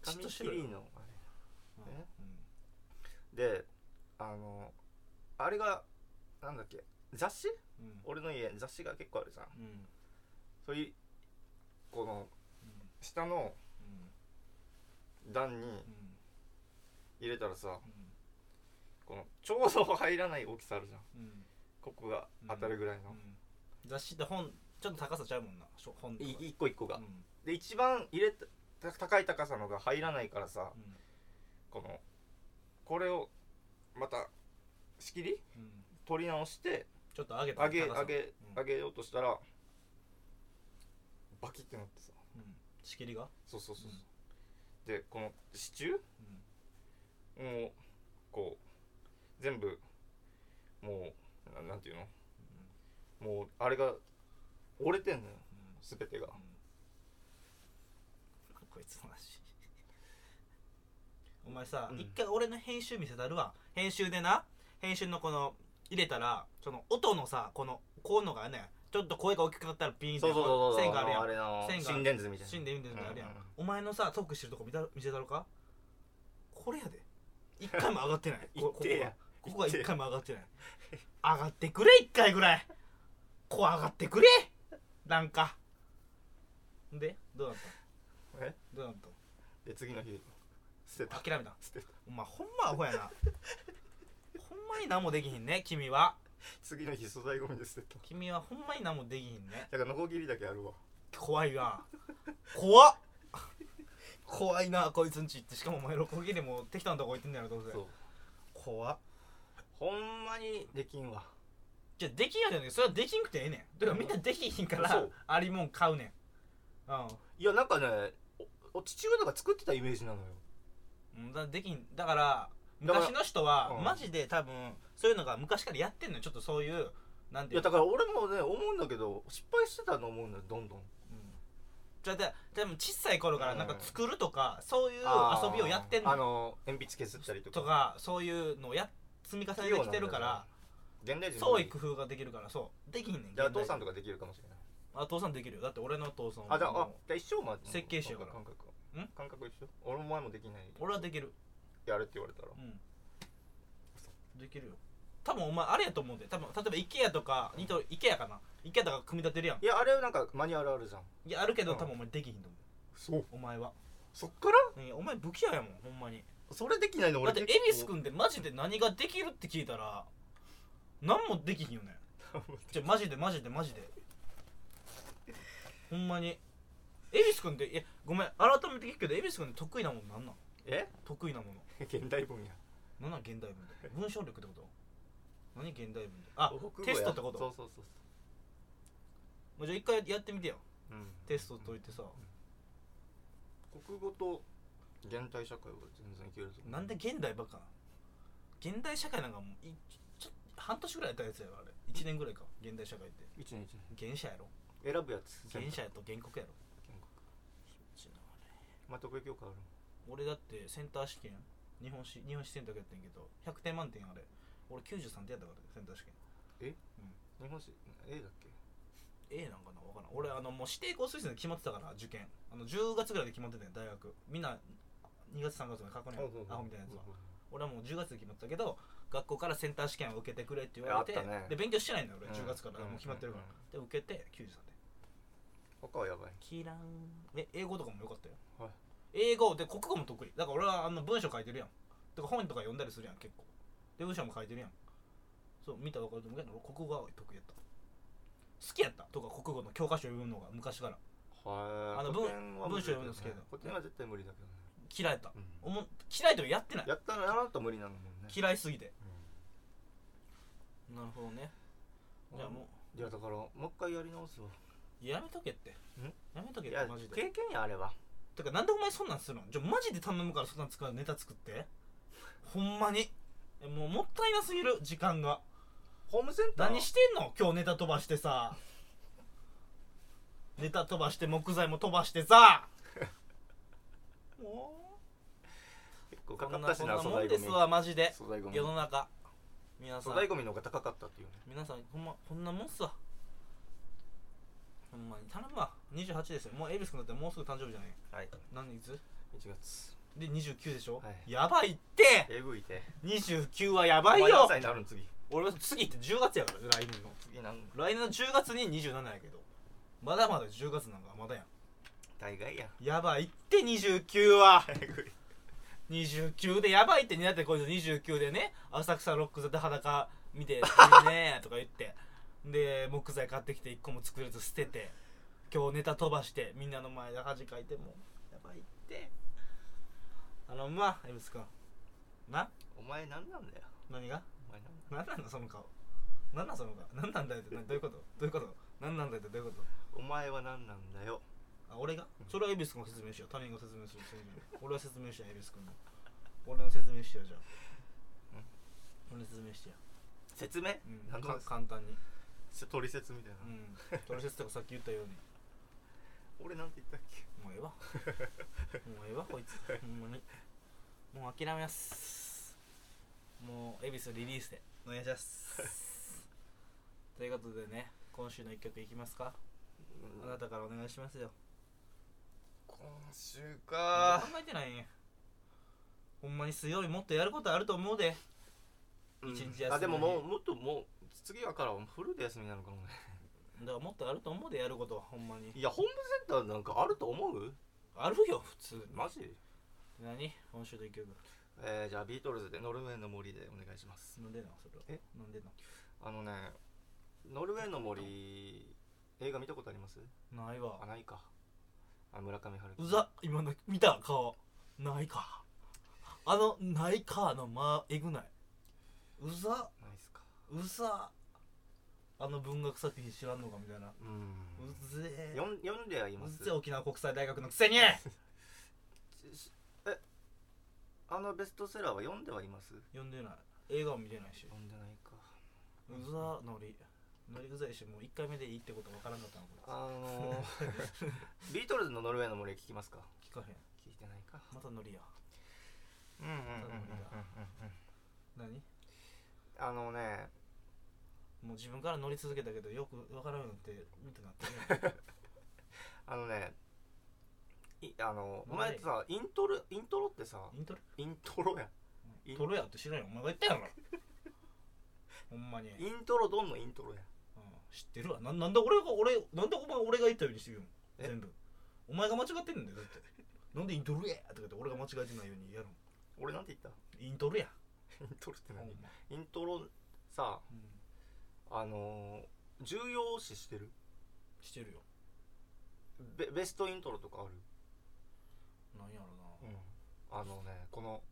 Speaker 2: ー、
Speaker 1: じっとし
Speaker 2: 切
Speaker 1: ろよ
Speaker 2: りのあね
Speaker 1: う
Speaker 2: れであのあれがなんだっけ雑誌
Speaker 1: んうん
Speaker 2: 俺の家雑誌が結構あるじゃん
Speaker 1: うんうん
Speaker 2: そういうこの下の
Speaker 1: うん
Speaker 2: 段に
Speaker 1: うん
Speaker 2: 入れたらさこのちょうど入らない大きさあるじゃん
Speaker 1: うん
Speaker 2: ここが当たるぐらいの、
Speaker 1: うん雑誌って本ちょっと高さちゃうもんなしょ本とか
Speaker 2: い一個一個が、
Speaker 1: うん
Speaker 2: で一番入れたた高い高さのが入らないからさ
Speaker 1: うん
Speaker 2: このこれをまた仕切り
Speaker 1: うん
Speaker 2: 取り直して
Speaker 1: ちょっと上げた
Speaker 2: 上げ
Speaker 1: 高さ
Speaker 2: 上げ
Speaker 1: うん
Speaker 2: 上げようとしたらバキってなってさ
Speaker 1: うん仕切りが
Speaker 2: そうそうそうそう、でこの支柱
Speaker 1: うん
Speaker 2: もうこう全部もうななんていうのもうあれが折れてんの
Speaker 1: う
Speaker 2: よ
Speaker 1: んうん
Speaker 2: 全てが
Speaker 1: うんこいつの話お前さ、
Speaker 2: うん
Speaker 1: 一回俺の編集見せたるわ編集でな編集のこの入れたらその音のさこのこうのがねちょっと声が大きくなったらピーンって
Speaker 2: そうそうそうそう
Speaker 1: 線があるやん
Speaker 2: あれの
Speaker 1: 線が
Speaker 2: 心電図みたいな
Speaker 1: 死んでるみたいなのあるやん、
Speaker 2: うんうんうん
Speaker 1: お前のさトークしてるとこ見た見せたろかこれやで一回も上がって
Speaker 2: [LAUGHS]
Speaker 1: ないここ
Speaker 2: 痛えや
Speaker 1: ここが
Speaker 2: 痛え
Speaker 1: 一回も上がってない上がってくれ一回ぐらいこう上がってくれなんかでどうなった
Speaker 2: え
Speaker 1: どうなっ
Speaker 2: で次の日捨て
Speaker 1: た
Speaker 2: た
Speaker 1: 諦め
Speaker 2: [LAUGHS]
Speaker 1: た
Speaker 2: 捨てた
Speaker 1: お前ほんまアホやなほんまに何もできひんね君は
Speaker 2: 次の日素材ゴミで捨てた
Speaker 1: 君はほんまに何もできひんね
Speaker 2: だからノコギリだけあるわ
Speaker 1: 怖いな怖っ怖いなこいつんちってしかもお前六本木でも適当なとこ行ってんだろどうせ
Speaker 2: そう
Speaker 1: 怖っ
Speaker 2: ほんまにできんわ
Speaker 1: じゃあできんやじゃねそれはできんくてええねんだからみんなできひんか
Speaker 2: そ
Speaker 1: ら
Speaker 2: う
Speaker 1: ありもん買うねんうん
Speaker 2: いやなんかねおお父親とか作ってたイメージなのよ
Speaker 1: うんだからできんだから
Speaker 2: だから
Speaker 1: 昔の人は
Speaker 2: うん
Speaker 1: マジで多分そういうのが昔からやってんのよちょっとそういうなん
Speaker 2: い
Speaker 1: てい
Speaker 2: や
Speaker 1: うの
Speaker 2: だから俺もね思うんだけど失敗してたと思うんだよどんどん
Speaker 1: うんじゃあででも小さい頃からなんか作るとかそういう
Speaker 2: あー
Speaker 1: 遊びをやってんの
Speaker 2: あの鉛筆削ったりとか
Speaker 1: とかそういうのをや積み重ねてきてるから
Speaker 2: 現代人
Speaker 1: 創意
Speaker 2: い
Speaker 1: 工夫ができるからそうできんねん
Speaker 2: じゃあ父さんと
Speaker 1: か
Speaker 2: かできるかもしれない
Speaker 1: あ父さんできるよだって俺の父さんは
Speaker 2: あじゃああ
Speaker 1: もう
Speaker 2: じゃあ一生ま
Speaker 1: 設計士やから
Speaker 2: 感覚
Speaker 1: ん
Speaker 2: 感覚一緒俺も前もできない
Speaker 1: 俺はできる
Speaker 2: やれって言われたら
Speaker 1: うんできるよ多分お前あれやと思うんで多分例えば IKEA とかニトリ IKEA かな IKEA とか組み立てるやん
Speaker 2: いやあれはなんかマニュアルあるじゃん
Speaker 1: いやあるけど
Speaker 2: うん
Speaker 1: 多分お前できひんと思
Speaker 2: そう
Speaker 1: うお前は
Speaker 2: そっから
Speaker 1: いやお前不器用やもんほんまに
Speaker 2: それできないの
Speaker 1: だ
Speaker 2: 俺
Speaker 1: って恵比寿くんでマジで何ができるって聞いたら何もできひんよねじゃマジでマジでマジでほんまに恵比寿くんっていやごめん改めて聞くけど恵比寿くんって得意なものなんなん
Speaker 2: え
Speaker 1: 得意なもの
Speaker 2: 現代文や
Speaker 1: 何なん現代文で文章力ってこと何現代文であ
Speaker 2: 北欧
Speaker 1: テ
Speaker 2: や
Speaker 1: ストってこと
Speaker 2: そうそうそう
Speaker 1: もうじゃあ一回やってみてよ
Speaker 2: そう、うん
Speaker 1: テスト解いてさ
Speaker 2: 国語と現代社会は全然いけるぞ
Speaker 1: なんで現代ばっかな現代社会なんかもういちょ半年ぐらいやったやつやろあれ1年ぐらいか現代社会って
Speaker 2: 一年一
Speaker 1: 原社やろ
Speaker 2: 年選ぶやつ
Speaker 1: 原社やと原告やろ
Speaker 2: 全国
Speaker 1: ちな
Speaker 2: まあ得意教科ある
Speaker 1: 俺だってセンター試験日本史日本史選択やってんけど100点満点あれ俺93点やったからセンター試験
Speaker 2: 日本史 A だっけ
Speaker 1: A なんかな分からん俺あのもう指定校推薦で決まってたから受験あの10月ぐらいで決まってたよ大学みんな2月3月まで過去年アホみたいなやつは俺はもう10月で決まってたけど学校からセンター試験を受けてくれって言われて、
Speaker 2: あったね
Speaker 1: で勉強してないんだよ俺、
Speaker 2: うん
Speaker 1: 10月から
Speaker 2: う
Speaker 1: も
Speaker 2: ん
Speaker 1: う決まってるから、で受けて93点
Speaker 2: 他はやばい
Speaker 1: キランえ英語とかもよかったよ、
Speaker 2: はい
Speaker 1: 英語で国語も得意だから俺はあの文章書いてるやんとか本とか読んだりするやん結構で文章も書いてるやんそう見たら分かると思うけど俺国語が得意やった好きやったとか国語の教科書読むのが昔から
Speaker 2: はい
Speaker 1: あの文文章読むの好きだけど
Speaker 2: 古典は絶対無理だけどね
Speaker 1: 嫌いやった、
Speaker 2: うん
Speaker 1: おも嫌いとかやってない
Speaker 2: やったらやらんと無理なのもんね
Speaker 1: 嫌いすぎて
Speaker 2: うん
Speaker 1: なるほどねじゃあも
Speaker 2: いやだからもう一回やり直すわ
Speaker 1: うやめとけってやめとけ
Speaker 2: い
Speaker 1: っ
Speaker 2: や
Speaker 1: てマジで
Speaker 2: 経験やあれは
Speaker 1: てかなんでお前そんなんするのじゃあマジで頼むからそんなん使うネタ作ってほんまにえもうもったいなすぎる時間が
Speaker 2: ホームセンター
Speaker 1: 何してんの今日ネタ飛ばしてさネタ飛ばして木材も飛ばしてさも
Speaker 2: 結構
Speaker 1: う
Speaker 2: か
Speaker 1: こ
Speaker 2: か
Speaker 1: ん
Speaker 2: った
Speaker 1: な
Speaker 2: し
Speaker 1: こん
Speaker 2: な
Speaker 1: な
Speaker 2: 粗
Speaker 1: も
Speaker 2: 大
Speaker 1: ん
Speaker 2: ゴ
Speaker 1: で
Speaker 2: ミ
Speaker 1: すわマジで
Speaker 2: 粗大ゴミ
Speaker 1: 世の中皆さ
Speaker 2: 粗
Speaker 1: ん
Speaker 2: 大ゴミの方が高かったっていうね
Speaker 1: 皆さんほんまこんなもんっすわほんまに頼むわ28ですよもうエビス君だってもうすぐ誕生日じゃない
Speaker 2: はい
Speaker 1: 何いつ
Speaker 2: 1月
Speaker 1: で29でしょ、
Speaker 2: はい
Speaker 1: やばいって
Speaker 2: えぐいて
Speaker 1: 29はやばい
Speaker 2: お前何
Speaker 1: よ
Speaker 2: 歳になるの次
Speaker 1: 俺は次って10月やから来年の
Speaker 2: 次なん
Speaker 1: 来年の10月に27やけどまだまだ10月なんかまだやん
Speaker 2: 大概や
Speaker 1: やばいって29は
Speaker 2: えぐい
Speaker 1: 29でやばいってだってこいつ29でね浅草ロック座で裸見て「いいね」とか言ってで木材買ってきて1個も作れず捨てて今日ネタ飛ばしてみんなの前で恥かいてもやばいってあのまあエビス君な
Speaker 2: お前何なんだよ
Speaker 1: 何が
Speaker 2: お前何
Speaker 1: なんなんだその顔なんなんその顔なんなんだよってなどういうことどういうことなんなんだよってどういうこと
Speaker 2: お前は何なんだよ
Speaker 1: あ俺がそれは恵比寿君が説明しよう他人が説明する説明俺は説明しよう恵比寿君の俺の説明してよじゃあ俺の説明してよ、
Speaker 2: 説明、
Speaker 1: うん、
Speaker 2: なんか
Speaker 1: か簡単に
Speaker 2: 取説みたいな、
Speaker 1: うん取説とかさっき言ったように
Speaker 2: 俺なんて言ったっけ
Speaker 1: もうええわもうええわこい [LAUGHS] つほんまにもう諦めますもう恵比寿リリースでお願いしますということでね今週の一曲いきますかあなたからお願いしますよ
Speaker 2: 今週か
Speaker 1: 考えてないねほんまに水曜日もっとやることあると思うで
Speaker 2: うん
Speaker 1: 一日休み
Speaker 2: あでももうもっともう次はからフルで休みなのかもね
Speaker 1: だからもっとあると思うでやることはほんまに
Speaker 2: いやホームセンターなんかあると思う
Speaker 1: あるよ普通に
Speaker 2: マジ
Speaker 1: 何今週の一曲
Speaker 2: えー、じゃあビートルズで「ノルウェーの森」でお願いします
Speaker 1: 飲んでんのそれは
Speaker 2: え
Speaker 1: 飲んでんの
Speaker 2: あのね「ノルウェーの森」映画見たことあります
Speaker 1: ない
Speaker 2: あ
Speaker 1: わ
Speaker 2: ないかあ村上春樹
Speaker 1: うざ今の見た顔ないかあのないかの間えぐないうざ
Speaker 2: ないっすか
Speaker 1: うざあの文学作品知らんのかみたいな
Speaker 2: う
Speaker 1: うんぜえ
Speaker 2: 読ん読んではいま
Speaker 1: う
Speaker 2: す
Speaker 1: ぜえ沖縄国際大学のくせに
Speaker 2: しえあのベストセラーは読んではいます
Speaker 1: 読んでない映画も見てないし
Speaker 2: 読んでないか
Speaker 1: うざノリノリうざいしもう1回目でいいってこと分からんかったのこれ
Speaker 2: あのー、 [LAUGHS] ビートルズの「ノルウェーの森」聞きますか
Speaker 1: 聞かへん
Speaker 2: 聞いてないか
Speaker 1: またノリや
Speaker 2: うんうんうんうんう
Speaker 1: うん
Speaker 2: ん
Speaker 1: うん何
Speaker 2: あのね
Speaker 1: もう自分から乗り続けたけどよくわからんようになって見てな
Speaker 2: [LAUGHS]
Speaker 1: ってね
Speaker 2: あのねいあのお
Speaker 1: なん
Speaker 2: 前
Speaker 1: で
Speaker 2: さイントロイントロってさ
Speaker 1: イントロ
Speaker 2: イントロやイン
Speaker 1: トロやって知らんよお前が言ったやろほんまに、うん
Speaker 2: イントロドンのイントロや
Speaker 1: 知ってるわななんで俺が俺なんでお前俺が言ったようにしてるよ
Speaker 2: え
Speaker 1: 全部お前が間違ってんねんだよだってなんでイントロやとか言って俺が間違えてないようにやろ
Speaker 2: 俺なんて言った
Speaker 1: イントロや
Speaker 2: イントロって
Speaker 1: ほん
Speaker 2: 何
Speaker 1: ま
Speaker 2: イントロさ
Speaker 1: うん
Speaker 2: あのー、重要視してる
Speaker 1: してるよ
Speaker 2: ベベストイントロとかある
Speaker 1: なんやろな
Speaker 2: あのねこの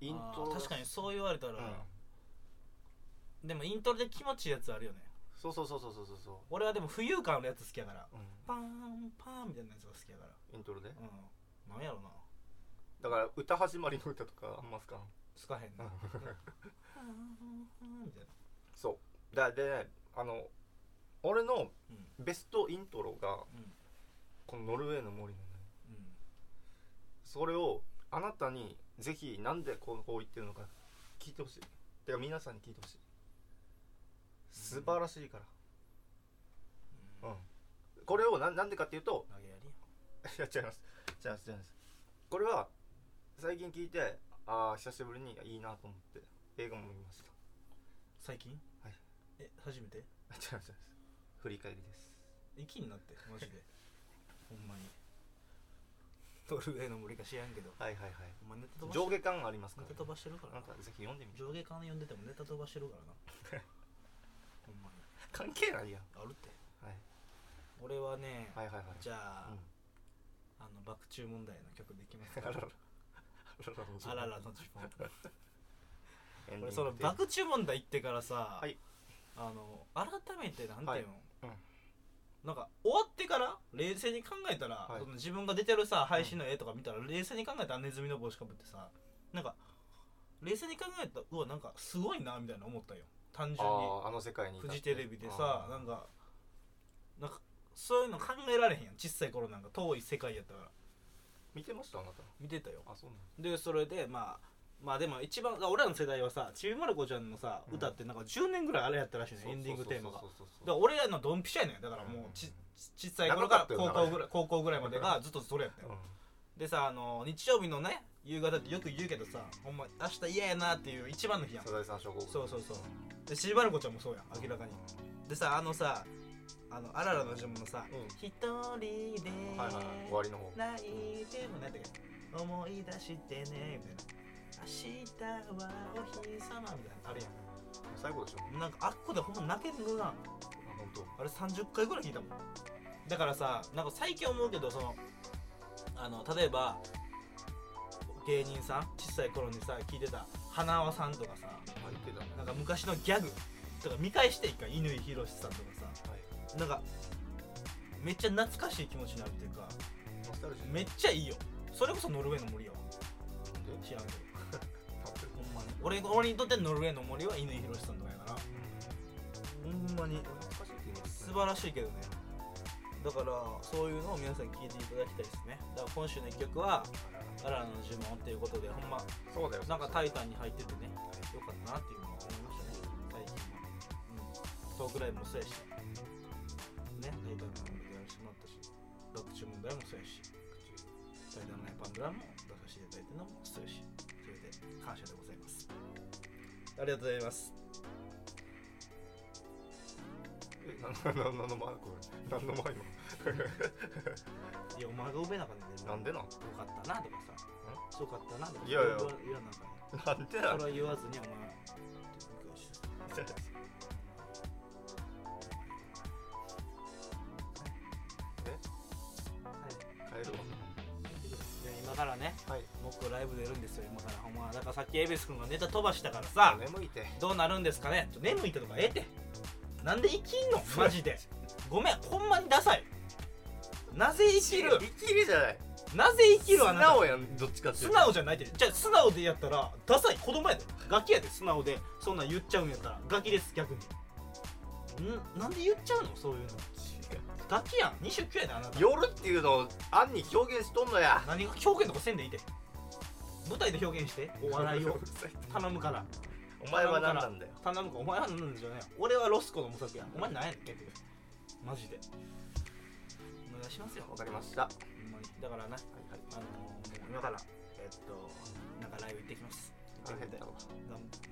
Speaker 2: イントロ
Speaker 1: あ
Speaker 2: が
Speaker 1: ー確かにそう言われたら、
Speaker 2: うん
Speaker 1: でもイントロで気持ちいいやつあるよね
Speaker 2: そうそうそうそうそうそうそ
Speaker 1: 俺はでも浮遊感のやつ好きやから
Speaker 2: う、う
Speaker 1: パーンパーンみたいなやつが好きやから
Speaker 2: ん、イントロで
Speaker 1: うんなんやろな
Speaker 2: だから歌始まりの歌とかあんま好かん
Speaker 1: つかへんなみたいな
Speaker 2: [LAUGHS] そうだでねあの俺の
Speaker 1: うん
Speaker 2: ベストイントロが
Speaker 1: うん
Speaker 2: この「ノルウェーの森」なのよ
Speaker 1: うん
Speaker 2: それをあなたにぜひなんでこうこう言ってるのか聞いてほしいてか皆さんに聞いてほしい素晴らしいからうん、これをななんでかっていうと、 [LAUGHS]
Speaker 1: 投げやり
Speaker 2: いや違います違います違いますこれは最近聞いてああ久しぶりにいいなと思って映画も見ました
Speaker 1: 最近
Speaker 2: はい
Speaker 1: え初めて
Speaker 2: あ違います違います振り返りです
Speaker 1: 息になってマジで [LAUGHS] ほんまにノルウェーの森か知らんけど
Speaker 2: はいはいはい
Speaker 1: お前ネタ飛ばし
Speaker 2: 上下感ありますか
Speaker 1: ネ
Speaker 2: ら、
Speaker 1: タ飛ばしてるから
Speaker 2: な
Speaker 1: なん
Speaker 2: かぜひ読んでみて [LAUGHS]
Speaker 1: 上下感読んでてもネタ飛ばしてるからなほんまに
Speaker 2: 関係ないやん、
Speaker 1: あるって
Speaker 2: はい、
Speaker 1: 俺はね
Speaker 2: はいはいはい
Speaker 1: じゃあ
Speaker 2: うん
Speaker 1: あの爆中問題の曲できます
Speaker 2: あ [LAUGHS]
Speaker 1: から
Speaker 2: らら
Speaker 1: あら
Speaker 2: あ
Speaker 1: ら
Speaker 2: らら
Speaker 1: の自分
Speaker 2: エンディング
Speaker 1: 俺その
Speaker 2: テーマ
Speaker 1: 爆注問題行ってからさ、
Speaker 2: はい
Speaker 1: あの改めてなんていうの、
Speaker 2: はいうん
Speaker 1: なんか終わってから冷静に考えたら、
Speaker 2: はい
Speaker 1: その自分が出てるさ配信の絵とか見たら、冷静に考えたらネズミの帽子かぶってさなんか冷静に考えたらうわなんかすごいなみたいな思ったよ単純に
Speaker 2: あーあの世界にいた
Speaker 1: フジテレビでさ
Speaker 2: あー
Speaker 1: なんかなんかそういうの考えられへんやん小さい頃なんか遠い世界やったから
Speaker 2: 見てましたあなた
Speaker 1: 見てたよ
Speaker 2: あそうなん
Speaker 1: でそれでまあまあでも一番俺らの世代はさちびまる子ちゃんのさ、
Speaker 2: うん
Speaker 1: 歌ってなんか10年ぐらいあれやったらしい
Speaker 2: だ
Speaker 1: ねエンディングテーマがだ
Speaker 2: そ
Speaker 1: か
Speaker 2: うそうそう
Speaker 1: ら
Speaker 2: そう
Speaker 1: 俺らのドンピシャやねんだからもうちちっちゃい頃から
Speaker 2: 長か
Speaker 1: 高
Speaker 2: ったよ
Speaker 1: 校ぐらい高校ぐらいまでがずっとそれやった
Speaker 2: う
Speaker 1: よ、
Speaker 2: ん
Speaker 1: でさあの日曜日のね夕方ってよく言うけどさほんま明日嫌やなっていう一番の日やん
Speaker 2: サザエさん症候群
Speaker 1: そうそうそうでちびまる子ちゃんもそうやん明らかにでさあのさあのあららの呪文のさ
Speaker 2: うん
Speaker 1: 「一人で
Speaker 2: はいはいはい終わりの方
Speaker 1: 泣いてもなんだっけ思い出してねみたいな明日はお日様みたいなあれや
Speaker 2: 最後でしょ
Speaker 1: んなんかあっこでほんま泣けるな
Speaker 2: あ本当
Speaker 1: あれ30回ぐらい聞いたもんだからさなんか最近思うけどそのあの例えば芸人さん小さい頃にさ聞いてた花輪さんとかさ
Speaker 2: あ言ってたね
Speaker 1: なんか昔のギャグとか見返して一回乾宏さんとか
Speaker 2: はい
Speaker 1: さなんかめっちゃ懐かしい気持ちになるっていうか
Speaker 2: ノスタルジー
Speaker 1: めっちゃいいよそれこそノルウェーの森やわ
Speaker 2: で
Speaker 1: 知らんけど
Speaker 2: たっぷり
Speaker 1: ほんまに俺俺にとってノルウェーの森は乾宏さんとかやからほんまに
Speaker 2: 懐かしいって言いま
Speaker 1: 素
Speaker 2: すね
Speaker 1: 晴らしいけどねだからそういうのを皆さん聞いていただきたいですねだから今週の1曲は「アラの呪文」っていうことでほんま
Speaker 2: そうだよ
Speaker 1: なんかタイタンに入っててねよかったなっていうのは思いましたね最近、うん、トークライブもそうやしねタイタンの音楽やらせてもらったし学中問題もそうやしタイタンのねパンドラも出させていただいてるのもそうやしそれで感謝でございますありがとうございます
Speaker 2: えなんなんなんの前これ何の前
Speaker 1: いやお前が上なんかね全
Speaker 2: 今な
Speaker 1: 然
Speaker 2: んでなん
Speaker 1: よかったなとかさよかったなとか
Speaker 2: いやいや
Speaker 1: そう言わなんかね
Speaker 2: なんでなん
Speaker 1: それは言わずにお前
Speaker 2: え帰
Speaker 1: で
Speaker 2: る
Speaker 1: 今からね
Speaker 2: わはい
Speaker 1: 僕ライブ出るんですよ今からほんまだからさっきエベス君がネタ飛ばしたからさ
Speaker 2: 眠いて
Speaker 1: どうなるんですかねちょ眠いとかええってなんで生きんのマジでごめんほんまにダサいなぜ生きる
Speaker 2: 生きるじゃない
Speaker 1: なぜ生きるは
Speaker 2: 素
Speaker 1: な
Speaker 2: 直やんどっちかってい
Speaker 1: 素
Speaker 2: うと
Speaker 1: 直じゃないってじゃあ素直でやったらダサい子供やでガキやで素直でそんなん言っちゃうんやったらガキです逆にんなんで言っちゃうのそういうのガキやん29やであなた
Speaker 2: 夜っていうのを暗に表現しとんのや
Speaker 1: 何が表現とかせんでいいで舞台で表現してお笑
Speaker 2: [LAUGHS]
Speaker 1: いを頼むから
Speaker 2: お前は何なんだよ
Speaker 1: 頼むかお前は何なんでしょうね俺はロスコの模索やお前何やねん結局マジでお願いしますよ
Speaker 2: わかりましたは
Speaker 1: ほんまにだからなあのー、今からえっとなんかライブ行ってきます
Speaker 2: いはい
Speaker 1: 頑張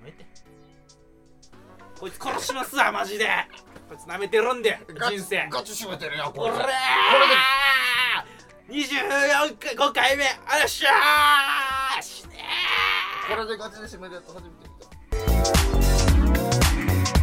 Speaker 1: ってこいつ殺しますわマジでこいつ舐めてるんで人生
Speaker 2: ガチ閉めてるやん
Speaker 1: こ
Speaker 2: こ
Speaker 1: れ
Speaker 2: れ
Speaker 1: 24回5回目あらっしゃーしねー
Speaker 2: これでガチで締めるやつ初めて見た